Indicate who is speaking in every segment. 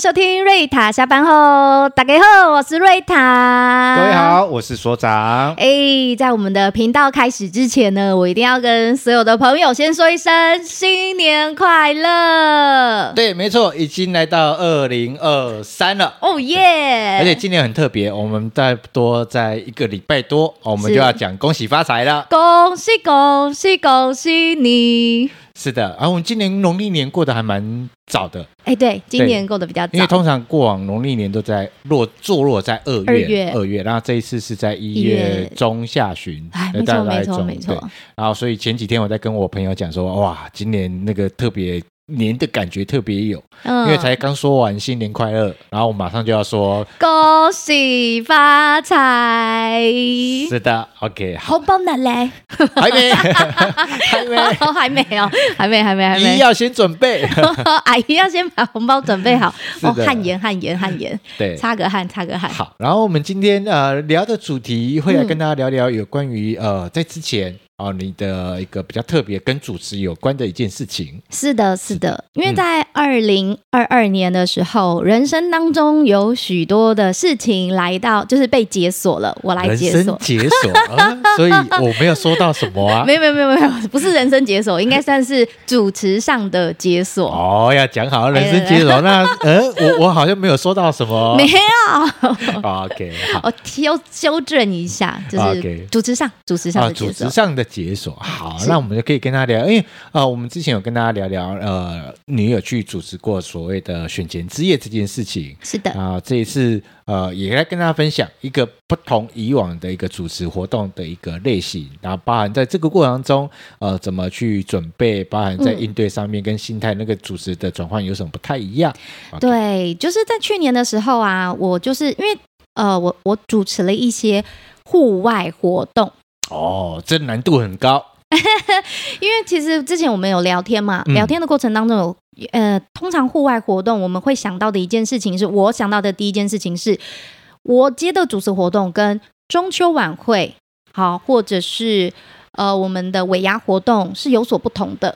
Speaker 1: 收听瑞塔下班后，大家好，我是瑞塔。
Speaker 2: 各位。好，我是所长。
Speaker 1: 哎、在我们的频道开始之前呢，我一定要跟所有的朋友先说一声新年快乐！
Speaker 2: 对，没错，已经来到二零二三了。
Speaker 1: 哦
Speaker 2: 而且
Speaker 1: 耶！
Speaker 2: 今年很特别，我们再多在一个礼拜多，哦我们
Speaker 1: 是
Speaker 2: 就要讲恭喜发财了。
Speaker 1: 恭喜恭喜恭喜你！
Speaker 2: 是的，然、后我们今年农历年过得还蛮早的，
Speaker 1: 哎、对，今
Speaker 2: 对
Speaker 1: 年过得比较
Speaker 2: 因为
Speaker 1: 早，
Speaker 2: 通常过往农历年都在落坐落在二
Speaker 1: 二
Speaker 2: 月，
Speaker 1: 月
Speaker 2: 然后这一次是在一
Speaker 1: 一月
Speaker 2: 月中下旬，
Speaker 1: 哎
Speaker 2: 呃
Speaker 1: 没错
Speaker 2: 大概
Speaker 1: 没错
Speaker 2: 中
Speaker 1: 没错
Speaker 2: 对然后所以前几天我在跟我朋友讲说，哇，今年那个特别年的感觉特别有，
Speaker 1: 嗯
Speaker 2: 因为才刚说完新年快乐，然后我马上就要说，
Speaker 1: 恭喜发财，
Speaker 2: 是的，OK，好，
Speaker 1: 红包拿来。
Speaker 2: 还没，还没，
Speaker 1: 哦，还没哦，还没，还没，还
Speaker 2: 一
Speaker 1: 没。
Speaker 2: 要先准 备，
Speaker 1: 阿姨要先把红包准备好。
Speaker 2: 是
Speaker 1: 哦，
Speaker 2: 的
Speaker 1: 汗颜，汗颜，汗颜，
Speaker 2: 对。
Speaker 1: 擦个汗，擦个汗。
Speaker 2: 好，然后我们今天呃聊的主题会来
Speaker 1: 嗯
Speaker 2: 跟大家聊聊有关于、呃在之前哦、你的一个比较特别跟主持有关的一件事情，
Speaker 1: 是的，是的，因为
Speaker 2: 嗯
Speaker 1: 在二零二二年的时候，人生当中有许多的事情来到，就是被解锁了，我来
Speaker 2: 人
Speaker 1: 解
Speaker 2: 生
Speaker 1: 锁。
Speaker 2: 解锁、啊，所以我没有收到什么啊
Speaker 1: 没。有没有没有没有，不是人生解 锁，应该算是主持上的解锁。
Speaker 2: 哦，要讲好人生解锁，那呃，我我好像没有收到什么
Speaker 1: 哎
Speaker 2: 哦
Speaker 1: 没。有，
Speaker 2: OK，好。
Speaker 1: 我修修正一下，就
Speaker 2: 啊 OK
Speaker 1: 是主持上主持上
Speaker 2: 啊，
Speaker 1: 的
Speaker 2: 组
Speaker 1: 解
Speaker 2: 织
Speaker 1: 锁。嗯
Speaker 2: 上的解锁，好，
Speaker 1: 是
Speaker 2: 那我们就可以跟他聊，因为啊、呃我们之前有跟大家聊聊，呃，你有去主持过所谓的选前之夜这件事情，
Speaker 1: 是的，
Speaker 2: 啊、这一次呃，也来跟大家分享一个不同以往的一个主持活动的一个类型，然后包含在这个过程中，呃，怎么去准备，包含在
Speaker 1: 嗯
Speaker 2: 应对上面跟心态那个主持的转换有什么不太一样？OK，
Speaker 1: 对，就是在去年的时候啊，我就是因为呃，我我主持了一些户外活动，
Speaker 2: 哦，这难度很高，
Speaker 1: 因为其实之前我们有聊天嘛，
Speaker 2: 嗯
Speaker 1: 聊天的过程当中有。呃，通常户外活动我们会想到的一件事情是，我想到的第一件事情是，我接的主持活动跟中秋晚会，好，或者是呃我们的尾牙活动是有所不同的。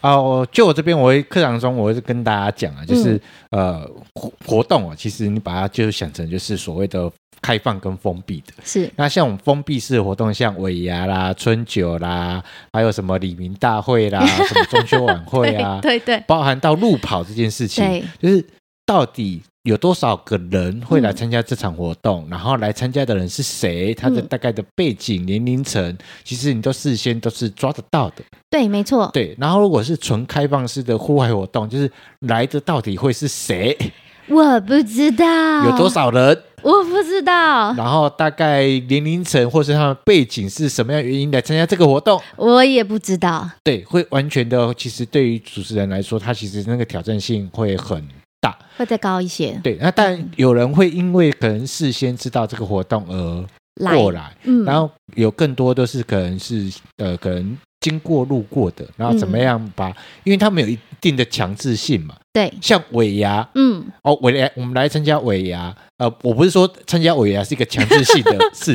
Speaker 2: 哦，就我这边，我会课堂中我会跟大家讲啊，
Speaker 1: 嗯
Speaker 2: 就是、呃活活动啊，其实你把它就是想成就是所谓的开放跟封闭的。
Speaker 1: 是，
Speaker 2: 那像我们封闭式的活动，像尾牙啦、春酒啦，还有什么李明大 会啦、什么中秋晚会啊，
Speaker 1: 对对
Speaker 2: 包含到路跑这件事情，
Speaker 1: 对，
Speaker 2: 就是到底。有多少个人会
Speaker 1: 嗯
Speaker 2: 来参加这场活动？然后来参加的人是谁？他的
Speaker 1: 嗯
Speaker 2: 大概的背景、年龄层，其实你都事先都是抓得到的。
Speaker 1: 对，没错。
Speaker 2: 对，然后如果是纯开放式的户外活动，就是来的到底会是谁，
Speaker 1: 我不知道
Speaker 2: 有多，少人，
Speaker 1: 我不知道。
Speaker 2: 然后大概年龄层或是他们背景是什么样原因来参加这个活动，
Speaker 1: 我也不知道，
Speaker 2: 对，会完全的，其实对于主持人来说，他其实那个挑战性会很大。
Speaker 1: 会再高一些。
Speaker 2: 对，那但有人会因为可能事先知道这个活动而过来，
Speaker 1: 嗯，
Speaker 2: 然后有更多都是可能是呃可能。经过路过的，然后怎
Speaker 1: 嗯
Speaker 2: 么样把？因为他们有一定的强制性嘛，
Speaker 1: 对，
Speaker 2: 像尾牙，
Speaker 1: 嗯，
Speaker 2: 哦，尾牙，我们来参加尾牙。呃，我不是说参加尾牙是一个强制性的事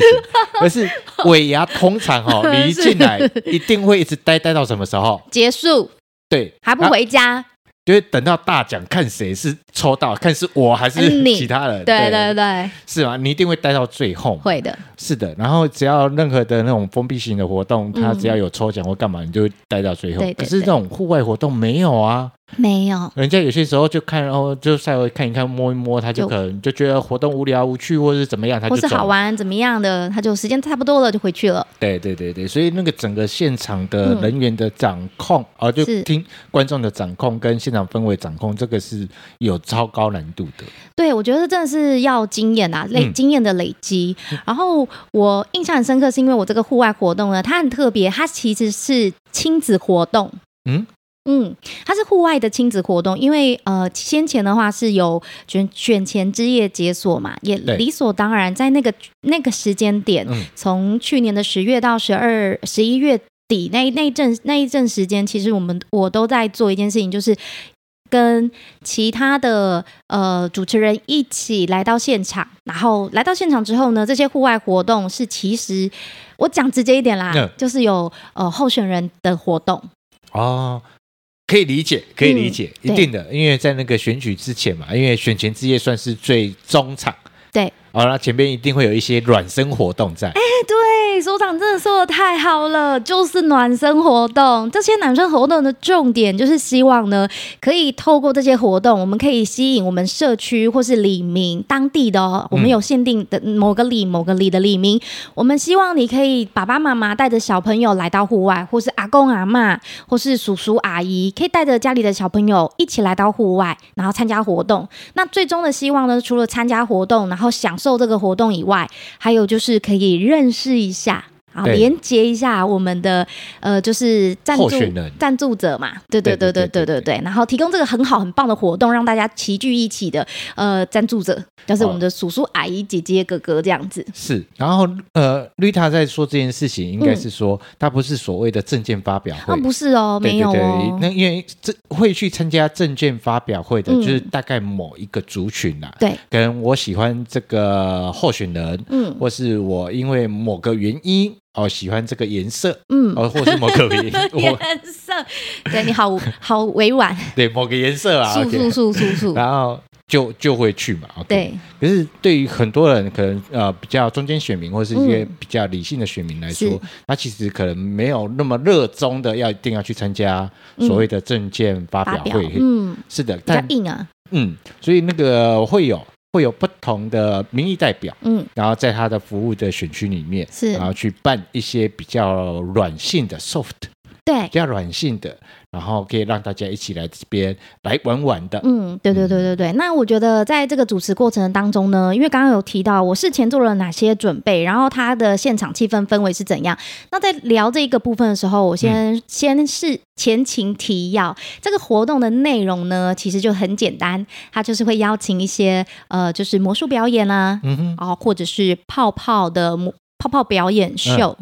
Speaker 2: 情，而是尾牙通常哈、哦，你一进来一定会一直待待到什么时候？
Speaker 1: 结束
Speaker 2: 对，
Speaker 1: 还不
Speaker 2: 啊，
Speaker 1: 回家，
Speaker 2: 就是等到大奖，看谁是抽到，看是我还是
Speaker 1: 嗯你
Speaker 2: 其他人。
Speaker 1: 对对对，
Speaker 2: 是吗？你一定会待到最后。
Speaker 1: 会的，
Speaker 2: 是的，然后只要任何的那种封闭型的活动，它
Speaker 1: 嗯
Speaker 2: 只要有抽奖或干嘛，你就会待到最后。
Speaker 1: 对对
Speaker 2: 可
Speaker 1: 对
Speaker 2: 是这种户外活动没有啊。
Speaker 1: 没有，
Speaker 2: 人家有些时候就看哦，就稍微看一看、摸一摸，他就
Speaker 1: 就
Speaker 2: 可能就觉得活动无聊、无趣，或是怎么样，他
Speaker 1: 或
Speaker 2: 就是走
Speaker 1: 好
Speaker 2: 了。
Speaker 1: 玩怎么样的，他就时间差不多了就回去了。
Speaker 2: 对对对对，所以那个整个现场的
Speaker 1: 嗯
Speaker 2: 人员的掌控，啊、就是听观众的掌控跟现场氛围掌控，这个是有超高难度的。
Speaker 1: 对，我觉得真的是要经验啊，累
Speaker 2: 嗯
Speaker 1: 经验的累积。然后我印象很深刻，是因为我这个户外活动呢，它很特别，它其实是亲子活动。
Speaker 2: 嗯
Speaker 1: 嗯，它是户外的亲子活动，因为呃，先前的话是有选选前之夜解锁嘛，也
Speaker 2: 对
Speaker 1: 理所当然在那个那个时间点，
Speaker 2: 嗯
Speaker 1: 从去年的十月到十二十一月底那那一阵那一阵时间，其实我们我都在做一件事情，就是跟其他的呃主持人一起来到现场，然后来到现场之后呢，这些户外活动是其实我讲直接一点啦，
Speaker 2: 嗯
Speaker 1: 就是有呃候选人的活动，
Speaker 2: 哦，可以理解，可以理解，
Speaker 1: 嗯
Speaker 2: 一定的，因为在那个选举之前嘛，因为选前之夜算是最中场，
Speaker 1: 对，
Speaker 2: 好、那前边一定会有一些暖身活动在，
Speaker 1: 对，首长真的说的太好了，就是暖身活动。这些暖身活动的重点就是希望呢，可以透过这些活动，我们可以吸引我们社区或是里民当地的哦，
Speaker 2: 嗯
Speaker 1: 我们有限定的某个里、某个里的里民，我们希望你可以爸爸妈妈带着小朋友来到户外，或是阿公阿嬷，或是叔叔阿姨，可以带着家里的小朋友一起来到户外，然后参加活动。那最终的希望呢，除了参加活动，然后享受这个活动以外，还有就是可以认识一下。啊，
Speaker 2: 对
Speaker 1: 连接一下我们的呃，就是赞助
Speaker 2: 候选人
Speaker 1: 赞助者嘛，对对对
Speaker 2: 对
Speaker 1: 对对
Speaker 2: 对对
Speaker 1: 对对，然后提供这个很好很棒的活动，让大家齐聚一起的呃赞助者，就是我
Speaker 2: 哦
Speaker 1: 们的叔叔阿姨、姐姐、哥哥这样子。
Speaker 2: 是，然后呃，绿塔在说这件事情，应该是说、他不是所谓的证件发表
Speaker 1: 嗯
Speaker 2: 会。
Speaker 1: 啊，不是哦，
Speaker 2: 对
Speaker 1: 没有
Speaker 2: 对对
Speaker 1: 哦，，
Speaker 2: 那因为这会去参加证件发表会的，
Speaker 1: 嗯
Speaker 2: 就是大概某一个族群啦、
Speaker 1: 对，
Speaker 2: 跟我喜欢这个候选人，
Speaker 1: 嗯
Speaker 2: 或是我因为某个原因哦喜欢这个颜色，
Speaker 1: 嗯，
Speaker 2: 哦，或是某 个原因，我
Speaker 1: 颜色，对你好好委婉，
Speaker 2: 对某个颜色 啊
Speaker 1: 速
Speaker 2: ，OK，
Speaker 1: 速速速速，
Speaker 2: 然后就就会去嘛，OK。
Speaker 1: 对，
Speaker 2: 可是对于很多人，可能呃比较中间选民或是一些
Speaker 1: 嗯
Speaker 2: 比较理性的选民来说，
Speaker 1: 是
Speaker 2: 他其实可能没有那么热衷的要一定要去参加所谓的证件发
Speaker 1: 发
Speaker 2: 表
Speaker 1: 表
Speaker 2: 会。，
Speaker 1: 嗯，
Speaker 2: 是的，
Speaker 1: 比较
Speaker 2: 但
Speaker 1: 硬啊，
Speaker 2: 嗯，所以那个会有会有不同的民意代表，
Speaker 1: 嗯，
Speaker 2: 然后在他的服务的选区里面，
Speaker 1: 是
Speaker 2: 然后去办一些比较软性的 soft
Speaker 1: 对
Speaker 2: 比，较软性的，然后可以让大家一起来这边来玩玩的。
Speaker 1: 嗯，对对对对对。那我觉得在这个主持过程当中呢，因为刚刚有提到我事前做了哪些准备，然后它的现场气氛氛围是怎样。那在聊这一个部分的时候，我先、先是前情提要，这个活动的内容呢，其实就很简单，它就是会邀请一些呃，就是魔术表演啊，
Speaker 2: 嗯哼，
Speaker 1: 哦，或者是泡泡的魔泡泡表演秀。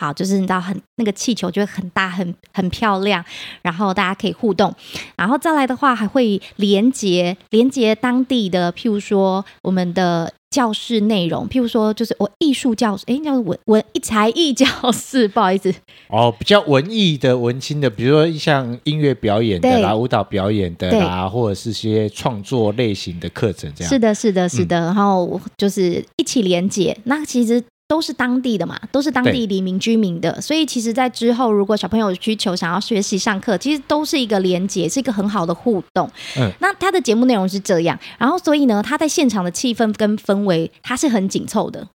Speaker 1: 好，就是你知道很那个气球就会很大、很很漂亮，然后大家可以互动，然后再来的话还会连接连接当地的，譬如说我们的教室内容，譬如说就是我、艺术教室，诶，叫文文才艺教室， 不好意思，
Speaker 2: 哦，比较文艺的、文青的，比如说像音乐表演的啦、
Speaker 1: 对
Speaker 2: 舞蹈表演的啦，或者是些创作类型的课程这样。嗯
Speaker 1: 是的，是的，是的。然后就是一起连接，那其实。都是当地的嘛，都是当地
Speaker 2: 对
Speaker 1: 黎明居民的，所以其实，在之后如果小朋友有需求想要学习上课，其实都是一个连接，是一个很好的互动。
Speaker 2: 嗯，
Speaker 1: 那他的节目内容是这样，然后所以呢，他在现场的气氛跟氛围，它是很紧凑的。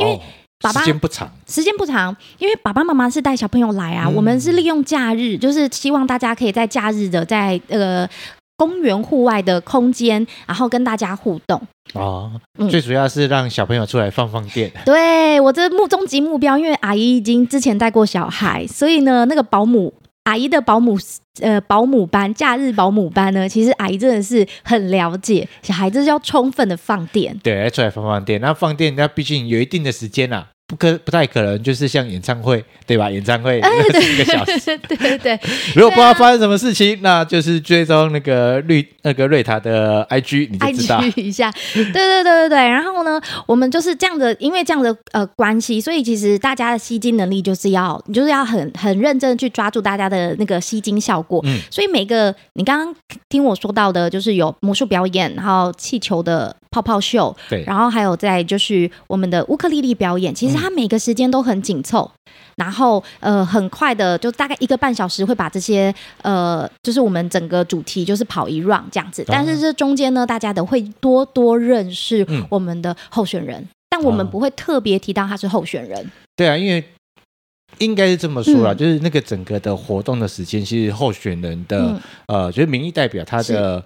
Speaker 1: 因为
Speaker 2: 哦
Speaker 1: 爸爸
Speaker 2: 时间不长，
Speaker 1: 时间不长，因为爸爸妈妈是带小朋友来啊，
Speaker 2: 嗯
Speaker 1: 我们是利用假日，就是希望大家可以在假日的在呃公园户外的空间，然后跟大家互动。
Speaker 2: 哦，
Speaker 1: 嗯
Speaker 2: 最主要是让小朋友出来放放电。
Speaker 1: 对我这目终极目标，因为阿姨已经之前带过小孩，所以呢，那个保姆阿姨的保姆呃保姆班假日保姆班呢，其实阿姨真的是很了解小孩，就是要充分的放电。
Speaker 2: 对，出来放放电。那放电，那毕竟有一定的时间啦、不可不太可能，就是像演唱会，对吧？演唱 会
Speaker 1: 哎，
Speaker 2: 那是一
Speaker 1: 对
Speaker 2: 个小 时，
Speaker 1: 对对对，
Speaker 2: 如果不知道发生什么事情，那就是追踪那个绿那个瑞塔的 IG，你就知道。
Speaker 1: IG 一下，对对对对对。然后呢，我们就是这样的，因为这样的呃关系，所以其实大家的吸金能力就是要，你就是要很很认真地去抓住大家的那个吸金效果。
Speaker 2: 嗯
Speaker 1: 所以每个你刚刚听我说到的，就是有魔术表演，然后气球的泡泡秀，
Speaker 2: 对，嗯
Speaker 1: 然后还有在就是我们的乌克丽丽表演，其实它每个时间都很紧凑，然后呃很快的就大概一个半小时会把这些呃就是我们整个主题就是跑一 round 这
Speaker 2: 哦
Speaker 1: 样子，但是这中间呢，大家都会多多认识
Speaker 2: 嗯
Speaker 1: 我们的候选人，但我们
Speaker 2: 哦
Speaker 1: 不会特别提到他是候选人，
Speaker 2: 对啊，因为应该是这么说啦，
Speaker 1: 嗯
Speaker 2: 就是那个整个的活动的时间，其实候选人的、
Speaker 1: 嗯
Speaker 2: 呃，就是民意代表他的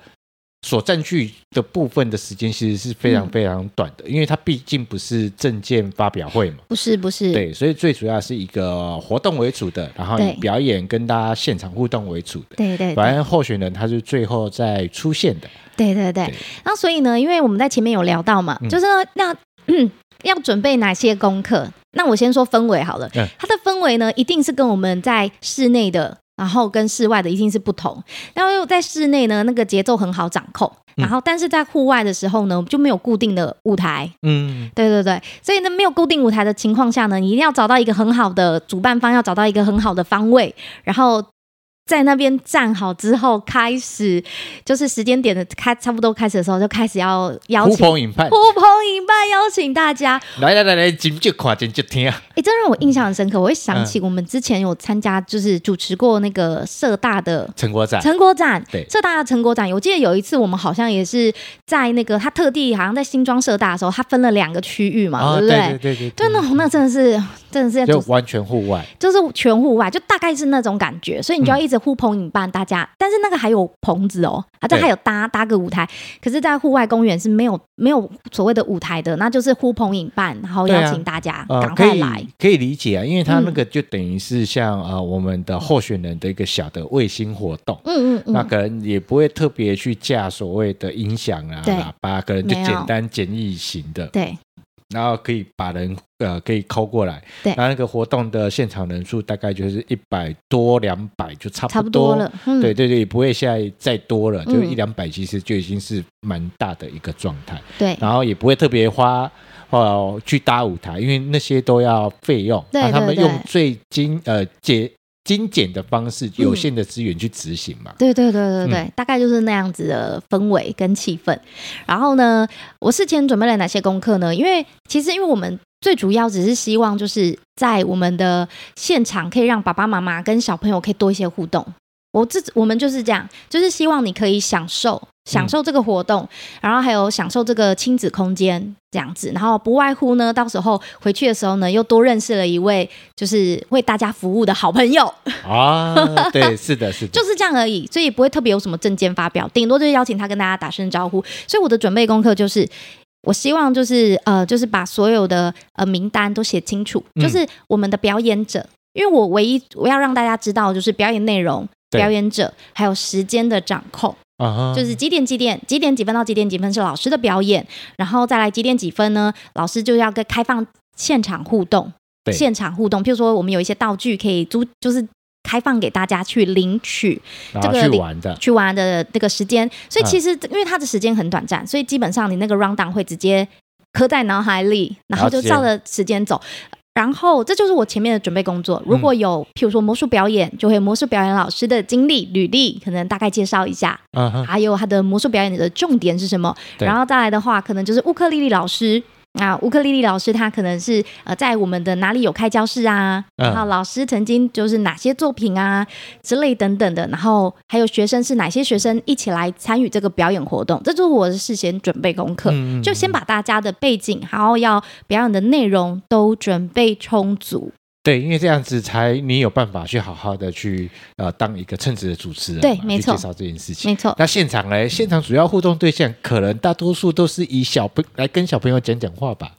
Speaker 2: 所占据的部分的时间，其实是非常
Speaker 1: 嗯
Speaker 2: 非常短的，因为它毕竟不是证件发表会嘛。
Speaker 1: 不是不是，
Speaker 2: 对，所以最主要是一个呃活动为主的，然后以
Speaker 1: 对
Speaker 2: 表演跟大家现场互动为主的。
Speaker 1: 对对对
Speaker 2: 反正候选人他是最后再出现的，
Speaker 1: 对对对
Speaker 2: 对，
Speaker 1: 那所以呢，因为我们在前面有聊到嘛，
Speaker 2: 嗯
Speaker 1: 就是那 要准备哪些功课？那我先说氛围好了，
Speaker 2: 嗯
Speaker 1: 它的氛围呢，一定是跟我们在室内的。然后跟室外的一定是不同，然后又在室内呢，那个节奏很好掌控，
Speaker 2: 嗯
Speaker 1: 然后但是在户外的时候呢，就没有固定的舞台，
Speaker 2: 嗯，
Speaker 1: 对对对，所以呢，没有固定舞台的情况下呢，你一定要找到一个很好的主办方，要找到一个很好的方位，然后在那边站好之后，开始就是时间点的开差不多开始的时候，就开始要邀
Speaker 2: 呼
Speaker 1: 请
Speaker 2: 朋引伴，
Speaker 1: 呼朋引伴，邀请大家。
Speaker 2: 来来来来，紧就看，紧就听啊！
Speaker 1: 哎，这让我印象很深刻。我会想起我们之前有参加，就是主持过那个社大的
Speaker 2: 陈国展，
Speaker 1: 成果展，
Speaker 2: 对
Speaker 1: 社大的成果展，我记得有一次我们好像也是在那个他特地好像在新庄社大的时候，他分了两个区域嘛，
Speaker 2: 啊，
Speaker 1: 对
Speaker 2: 对
Speaker 1: 不对？
Speaker 2: 对对对，
Speaker 1: 就那种那真的是真的是在
Speaker 2: 嗯就
Speaker 1: 主
Speaker 2: 完全户外，
Speaker 1: 就是全户外，就大概是那种感觉，所以
Speaker 2: 嗯
Speaker 1: 你就要一直呼朋引伴大家。但是那个还有棚子哦，啊，这
Speaker 2: 对
Speaker 1: 还有搭搭个舞台，可是，在户外公园是没有没有所谓的舞台的，那就是呼朋引伴，然后
Speaker 2: 对啊
Speaker 1: 邀请大家
Speaker 2: 呃
Speaker 1: 赶、，
Speaker 2: 可
Speaker 1: 快
Speaker 2: 以
Speaker 1: 来。
Speaker 2: 可以理解啊，因为它那
Speaker 1: 嗯
Speaker 2: 个就等于是像呃我们的候选人的一个小的卫星活动。
Speaker 1: 嗯嗯
Speaker 2: 那
Speaker 1: 嗯，
Speaker 2: 可能也不会特别去架所谓的音响啊、
Speaker 1: 对
Speaker 2: 喇叭，可能就
Speaker 1: 没有
Speaker 2: 简单简易型的，
Speaker 1: 对，
Speaker 2: 然后可以把人呃可以抠过来。
Speaker 1: 对
Speaker 2: 那那个活动的现场人数大概就是一百多、两百，就差
Speaker 1: 差
Speaker 2: 不
Speaker 1: 不
Speaker 2: 多
Speaker 1: 多了。嗯，
Speaker 2: 对对对，也不会现在再多了，就
Speaker 1: 嗯
Speaker 2: 一两百，其实就已经是蛮大的一个状态。
Speaker 1: 对
Speaker 2: 然后也不会特别花哦去搭舞台，因为那些都要费用，
Speaker 1: 对
Speaker 2: 那他们
Speaker 1: 对对
Speaker 2: 用最精呃节精简的方式，有
Speaker 1: 嗯
Speaker 2: 限的资源去执行 嘛。
Speaker 1: 对对对对对，大概就是那样子的氛围跟气氛。然后呢，我事前准备了哪些功课呢？因为其实因为我们最主要只是希望就是在我们的现场可以让爸爸妈妈跟小朋友可以多一些互动。我自我们就是这样，就是希望你可以享受享受这个活动，然后还有享受这个亲子空间这样子，然后不外乎呢，到时候回去的时候呢，又多认识了一位就是为大家服务的好朋友。
Speaker 2: 啊，对，是的，是的，
Speaker 1: 就是这样而已，所以不会特别有什么证件发表，顶多就是邀请他跟大家打声招呼。所以我的准备功课就是。我希望就是呃，就是把所有的呃名单都写清楚，
Speaker 2: 嗯
Speaker 1: 就是我们的表演者，因为我唯一我要让大家知道就是表演内容、
Speaker 2: 对
Speaker 1: 表演者还有时间的掌控。
Speaker 2: 啊哈
Speaker 1: 就是几点几点几点几分到几点几分是老师的表演，然后再来几点几分呢？老师就要跟开放现场互动，
Speaker 2: 对
Speaker 1: 现场互动，譬如说我们有一些道具可以租，就是开放给大家去领取
Speaker 2: 然
Speaker 1: 这
Speaker 2: 后
Speaker 1: 个
Speaker 2: 去
Speaker 1: 领
Speaker 2: 玩的，
Speaker 1: 去玩的那个时间。所以
Speaker 2: 嗯
Speaker 1: 其实、因为它的时间很短暂，所以基本上你那个 round down 会直接刻在脑海里，然后就
Speaker 2: 了解
Speaker 1: 照着时间走。然后这就是我前面的准备工作。如果有、譬如说魔术表演，就会魔术表演老师的经历、履历，可能大概介绍一下。
Speaker 2: 啊 哈，
Speaker 1: 还有他的魔术表演的重点是什么。
Speaker 2: 对
Speaker 1: 然后再来的话，可能就是乌克丽丽老师。啊，乌克丽丽老师他可能是呃，在我们的哪里有开教室啊？
Speaker 2: 嗯
Speaker 1: 然后老师曾经就是哪些作品啊之类等等的，然后还有学生是哪些学生一起来参与这个表演活动，这就是我的事先准备功课，
Speaker 2: 嗯嗯
Speaker 1: 就先把大家的背景，然后要表演的内容都准备充足。
Speaker 2: 对，因为这样子才你有办法去好好的去呃当一个称职的主持人嘛，
Speaker 1: 对没
Speaker 2: 去
Speaker 1: 错
Speaker 2: 介绍这件事情。
Speaker 1: 没错，
Speaker 2: 那现场嘞，现场主要互动对象可能大多数都是以小朋来跟小朋友讲讲话吧。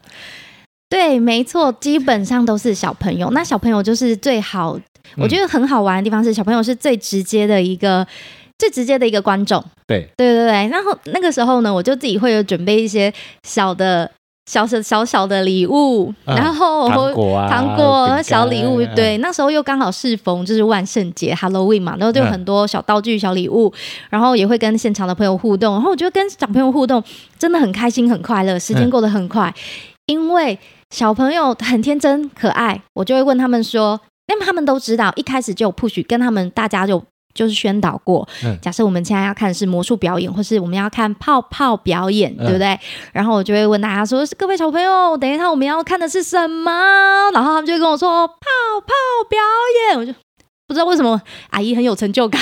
Speaker 1: 对，没错，基本上都是小朋友。那小朋友就是最好，
Speaker 2: 嗯
Speaker 1: 我觉得很好玩的地方是，小朋友是最直接的一个。最直接的一个观众，
Speaker 2: 对，
Speaker 1: 对对对。然后那个时候呢，我就自己会有准备一些小的、小小小小的礼物，
Speaker 2: 嗯
Speaker 1: 然后我
Speaker 2: 糖
Speaker 1: 会
Speaker 2: 果啊，
Speaker 1: 哦糖果、
Speaker 2: 饼干
Speaker 1: 小礼物，
Speaker 2: 啊
Speaker 1: 对，那时候又刚好适逢就是万圣节 Halloween 嘛，然后就有
Speaker 2: 嗯
Speaker 1: 很多小道具、小礼物，然后也会跟现场的朋友互动，然后我觉得跟小朋友互动真的很开心、很快乐，时间
Speaker 2: 嗯
Speaker 1: 过得很快，因为小朋友很天真可爱，我就会问他们说，那么他们都知道，一开始就有 push 跟他们大家就。就是宣导过，
Speaker 2: 嗯
Speaker 1: 假设我们现在要看是魔术表演，或是我们要看泡泡表演，
Speaker 2: 嗯
Speaker 1: 对不对？然后我就会问大家说：“各位小朋友，等一下我们要看的是什么？”然后他们就会跟我说：“泡泡表演。”我就不知道为什么阿姨很有成就感，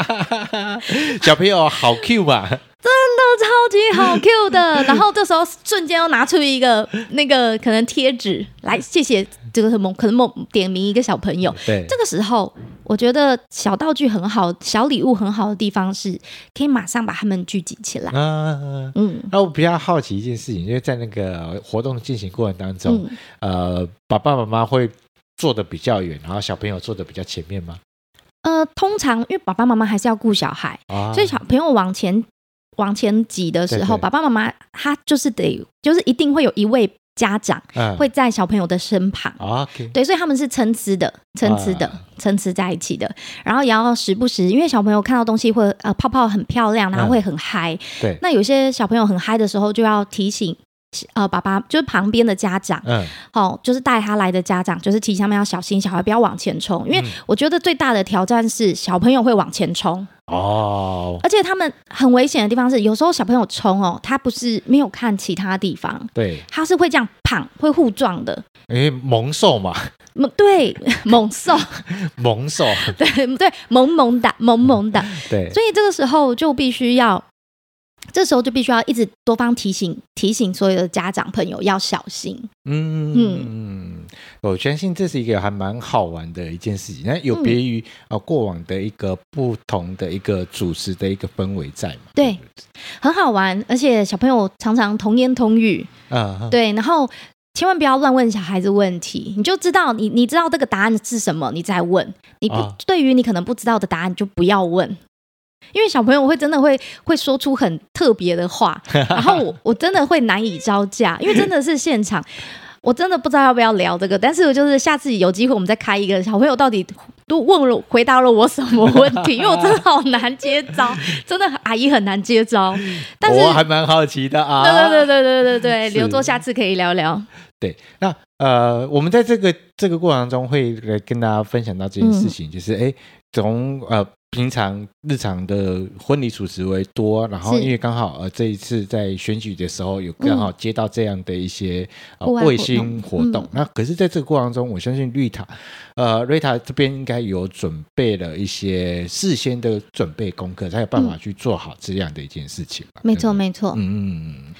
Speaker 2: 小朋友好 Q 嘛，
Speaker 1: 超级 好 Q 的。然后这时候瞬间又拿出一个那个可能贴纸来，谢谢这个某可能某点名一个小朋友。
Speaker 2: 对，
Speaker 1: 这个时候，我觉得小道具很好，小礼物很好的地方是可以马上把他们聚集起来。
Speaker 2: 啊。
Speaker 1: 嗯
Speaker 2: 那我比较好奇一件事情，因为在那个活动进行过程当中，
Speaker 1: 嗯，
Speaker 2: 呃，爸爸妈妈会坐的比较远，然后小朋友坐的比较前面吗？
Speaker 1: 呃，通常因为爸爸妈妈还是要顾小孩。
Speaker 2: 啊，
Speaker 1: 所以小朋友往前往前挤的时候，
Speaker 2: 对对
Speaker 1: 爸爸妈妈他就是得，就是一定会有一位家长
Speaker 2: 嗯
Speaker 1: 会在小朋友的身旁。
Speaker 2: 啊 OK，
Speaker 1: 对，所以他们是参差的、参差的
Speaker 2: 啊、
Speaker 1: 参差在一起的。然后也要时不时，因为小朋友看到东西会呃泡泡很漂亮，然后
Speaker 2: 嗯
Speaker 1: 会很嗨、
Speaker 2: 对
Speaker 1: 那有些小朋友很嗨的时候，就要提醒呃爸爸就是旁边的家长，
Speaker 2: 嗯，
Speaker 1: 哦，就是带他来的家长，就是提醒他们要小心小孩不要往前冲，因为
Speaker 2: 嗯
Speaker 1: 我觉得最大的挑战是小朋友会往前冲，
Speaker 2: 哦，
Speaker 1: 而且他们很危险的地方是，有时候小朋友冲哦，他不是没有看其他地方，
Speaker 2: 对，
Speaker 1: 他是会这样胖，会互撞的。
Speaker 2: 因为猛兽嘛，
Speaker 1: 猛对 猛兽，
Speaker 2: 猛兽，
Speaker 1: 对对猛猛打猛猛打，
Speaker 2: 嗯对，
Speaker 1: 所以这个时候就必须要，这时候就必须要一直多方提醒提醒所有的家长朋友要小心。
Speaker 2: 嗯嗯，我相信这是一个还蛮好玩的一件事情，那
Speaker 1: 嗯
Speaker 2: 有别于啊过往的一个不同的一个主持的一个氛围在嘛，
Speaker 1: 对，很好玩，而且小朋友常常童言童语，
Speaker 2: 嗯，
Speaker 1: 对，然后千万不要乱问小孩子问题，你就知道你你知道这个答案是什么，你再问。你不、
Speaker 2: 啊
Speaker 1: 对于你可能不知道的答案，你就不要问。因为小朋友会真的会会说出很特别的话，然后我我真的会难以招架，因为真的是现场，我真的不知道要不要聊这个。但是我就是下次有机会，我们再开一个小朋友到底都问了回答了我什么问题，因为我真的好难接招，真的阿姨很难接招。但是
Speaker 2: 我还蛮好奇的啊，
Speaker 1: 对对对对对对对，
Speaker 2: 是
Speaker 1: 留作下次可以聊聊。
Speaker 2: 对，那呃，我们在这个这个过程中会来跟大家分享到这件事情，就是哎，从呃平常日常的婚礼主持为多，然后
Speaker 1: 是
Speaker 2: 因为刚好呃这一次在选举的时候有刚好接到这样的一些、呃
Speaker 1: 户外
Speaker 2: 卫
Speaker 1: 活
Speaker 2: 星
Speaker 1: 动
Speaker 2: 活动，
Speaker 1: 嗯
Speaker 2: 那可是在这个过程中，我相信绿塔呃瑞塔这边应该有准备了一些事先的准备功课，才有办法嗯去做好这样的一件事情吧、
Speaker 1: 没错，
Speaker 2: 对不对
Speaker 1: 没错。
Speaker 2: 嗯嗯嗯，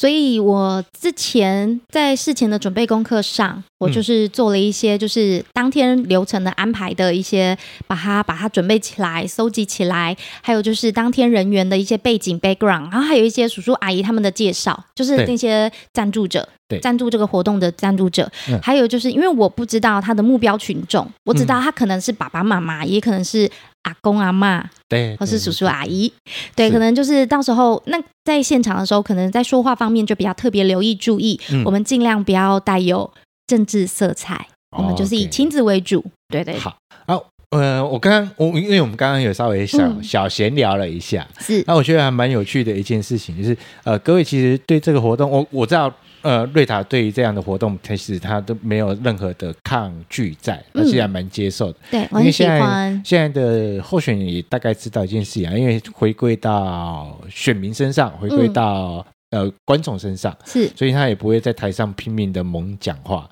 Speaker 1: 所以我之前在事前的准备功课上，我
Speaker 2: 嗯
Speaker 1: 就是做了一些，就是当天流程的安排的一些，把它把它准备起来、搜集起来，还有就是当天人员的一些背景 background，然后还有一些叔叔阿姨他们的介绍，就是
Speaker 2: 对
Speaker 1: 那些赞助者
Speaker 2: 对。
Speaker 1: 赞助这个活动的赞助者，
Speaker 2: 嗯
Speaker 1: 还有就是因为我不知道他的目标群众，我只知道他可能是爸爸妈妈，也可能是阿公阿妈，
Speaker 2: 对，
Speaker 1: 或是
Speaker 2: 对
Speaker 1: 叔叔阿姨，对，
Speaker 2: 是
Speaker 1: 可能就是到时候那在现场的时候，可能在说话方面就比较特别留意注意，
Speaker 2: 嗯
Speaker 1: 我们尽量不要带有政治色彩，我们就是以
Speaker 2: 哦 OK
Speaker 1: 亲子为主，对对
Speaker 2: 好啊，呃，我刚刚我因为我们刚刚有稍微小、
Speaker 1: 嗯
Speaker 2: 小闲聊了一下，
Speaker 1: 是，
Speaker 2: 那我觉得还蛮有趣的一件事情，就是呃，各位其实对这个活动，我我知道。呃，瑞塔对于这样的活动，其实他都没有任何的抗拒在，而
Speaker 1: 嗯
Speaker 2: 且还蛮接受的。
Speaker 1: 对我
Speaker 2: 因
Speaker 1: 很
Speaker 2: 为
Speaker 1: 喜
Speaker 2: 现在
Speaker 1: 欢，
Speaker 2: 现在的候选人也大概知道一件事情啊，因为回归到选民身上，回归
Speaker 1: 嗯
Speaker 2: 到、呃观众身上，
Speaker 1: 是
Speaker 2: 所以他也不会在台上拼命的猛讲话。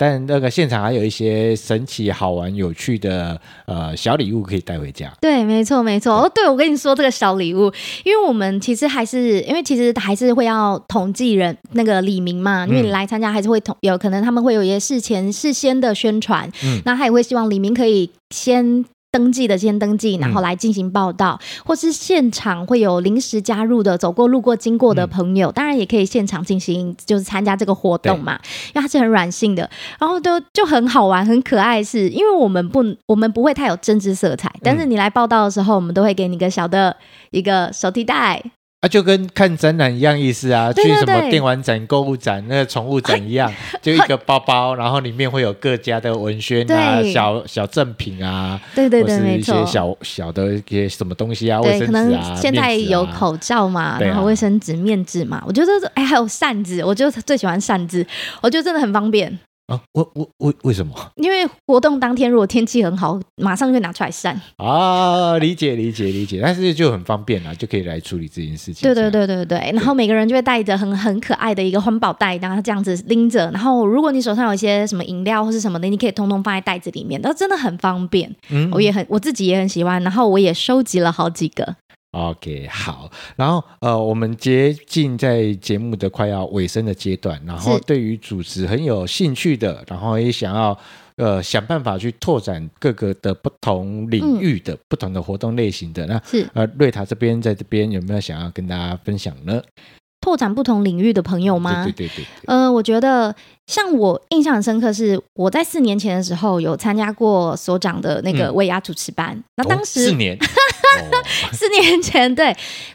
Speaker 2: 但那个现场还有一些神奇、好玩、有趣的呃小礼物可以带回家。
Speaker 1: 对，没错，没错。哦，对，我跟你说这个小礼物，因为我们其实还是，因为其实还是会要统计人那个李明嘛，因为
Speaker 2: 嗯
Speaker 1: 你来参加还是会统，有可能他们会有一些事前事先的宣传，
Speaker 2: 嗯
Speaker 1: 那他也会希望李明可以先。登记的先登
Speaker 2: 嗯
Speaker 1: 记，然后来进行报道，或是现场会有临时加入的、走过、路过、经过的
Speaker 2: 嗯
Speaker 1: 朋友，当然也可以现场进行，就是参加这个活动嘛，因为它是很软性的。然后都就很好玩、很可爱是，因为我们不我们不会太有政治色
Speaker 2: 嗯
Speaker 1: 彩，但是你来报道的时候，我们都会给你个小的一个手提袋，
Speaker 2: 啊，就跟看展览一样意思啊，
Speaker 1: 对对
Speaker 2: 去什么
Speaker 1: 对
Speaker 2: 电玩展、购物展、那个宠物展一 样，就一个包包，然后里面会有各家的文宣啊、
Speaker 1: 对
Speaker 2: 小小赠品啊，
Speaker 1: 对对对，
Speaker 2: 或是
Speaker 1: 没
Speaker 2: 一
Speaker 1: 错
Speaker 2: 些。小小的一些什么东西啊，卫
Speaker 1: 对，可
Speaker 2: 生纸啊
Speaker 1: 能，现在
Speaker 2: 面纸啊
Speaker 1: 有口罩嘛，
Speaker 2: 对啊
Speaker 1: 然后卫生纸、面纸嘛，我觉得哎，还有扇子，我就最喜欢扇子，我觉得真的很方便，
Speaker 2: 啊，我我我为什么
Speaker 1: 因为活动当天如果天气很好，马上就会拿出来扇。
Speaker 2: 啊？理解理解理解，但是就很方便啊啦，就可以来处理这件事情。
Speaker 1: 对
Speaker 2: 这
Speaker 1: 对
Speaker 2: 样
Speaker 1: 对对对，然后每个人就会带着很很可爱的一个环保袋，然后这样子拎着。然后如果你手上有一些什么饮料或是什么的，你可以通通放在袋子里面，那真的很方便。
Speaker 2: 嗯
Speaker 1: 我也很我自己也很喜欢，然后我也收集了好几个。
Speaker 2: OK，好，然后呃，我们接近在节目的快要尾声的阶段，然后
Speaker 1: 是
Speaker 2: 对于主持很有兴趣的，然后也想要呃想办法去拓展各个的不同领域
Speaker 1: 嗯
Speaker 2: 的、不同的活动类型的，那
Speaker 1: 是
Speaker 2: 呃瑞塔这边在这边有没有想要跟大家分享呢？
Speaker 1: 拓展不同领域的朋友吗？
Speaker 2: 对对对对对，
Speaker 1: 呃，我觉得像我印象很深刻是我在四年前的时候有参加过所长的那个
Speaker 2: 嗯
Speaker 1: 尾牙主持班，那当时、
Speaker 2: 哦四 年，哦
Speaker 1: 四年前对，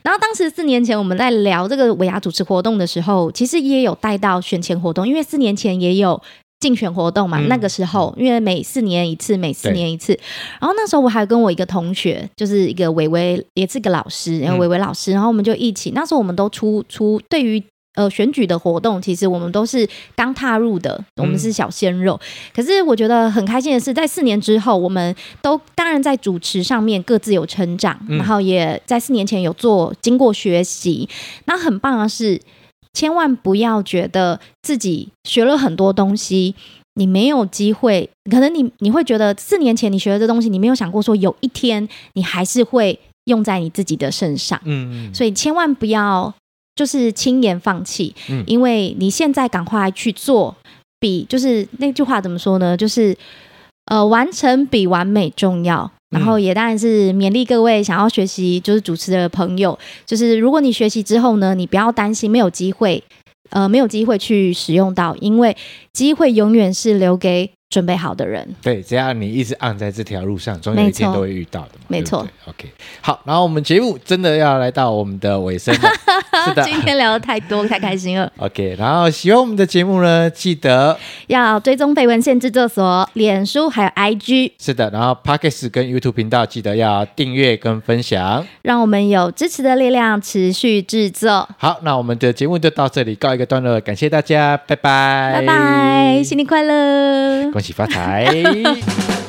Speaker 1: 然后当时四年前我们在聊这个尾牙主持活动的时候，其实也有带到选前活动，因为四年前也有竞选活动嘛。
Speaker 2: 嗯
Speaker 1: 那个时候，因为每四年一次，每四
Speaker 2: 对
Speaker 1: 年一次。然后那时候我还跟我一个同学，就是一个伟伟，也是个老师，然后
Speaker 2: 嗯
Speaker 1: 伟伟老师，然后我们就一起。那时候我们都出出对于呃选举的活动，其实我们都是刚踏入的，我们
Speaker 2: 嗯
Speaker 1: 是小鲜肉。可是我觉得很开心的是，在四年之后，我们都当然在主持上面各自有成长，
Speaker 2: 嗯
Speaker 1: 然后也在四年前有做经过学习。那很棒的是，千万不要觉得自己学了很多东西。你没有机会，可能你你会觉得四年前你学的这东西，你没有想过说有一天你还是会用在你自己的身上。
Speaker 2: 嗯，嗯
Speaker 1: 所以千万不要就是轻言放弃，
Speaker 2: 嗯
Speaker 1: 因为你现在赶快去做，比就是那句话怎么说呢？就是呃，完成比完美重要。
Speaker 2: 嗯
Speaker 1: 然后也当然是勉励各位想要学习就是主持的朋友，就是如果你学习之后呢，你不要担心没有机会，呃，没有机会去使用到，因为机会永远是留给准备好的 人。
Speaker 2: 对，只要你一直按在这条路上，总有一天
Speaker 1: 没错
Speaker 2: 都会遇到的嘛。
Speaker 1: 没错
Speaker 2: 对不对，OK。好，然后我们节目真的要来到我们的尾声 了，是的
Speaker 1: 今天聊的太多太开心了，
Speaker 2: ，OK。然后喜欢我们的节目呢，记得
Speaker 1: 要追踪绯闻线制作所、脸书还有 IG，
Speaker 2: 是的，然后 Podcast 跟 YouTube 频道记得要订阅跟分享。
Speaker 1: 让我们有支持的力量持续制作。
Speaker 2: 好，那我们的节目就到这里告一个段落，感谢大家，拜拜，
Speaker 1: 拜拜，新年快乐！
Speaker 2: 恭喜发财。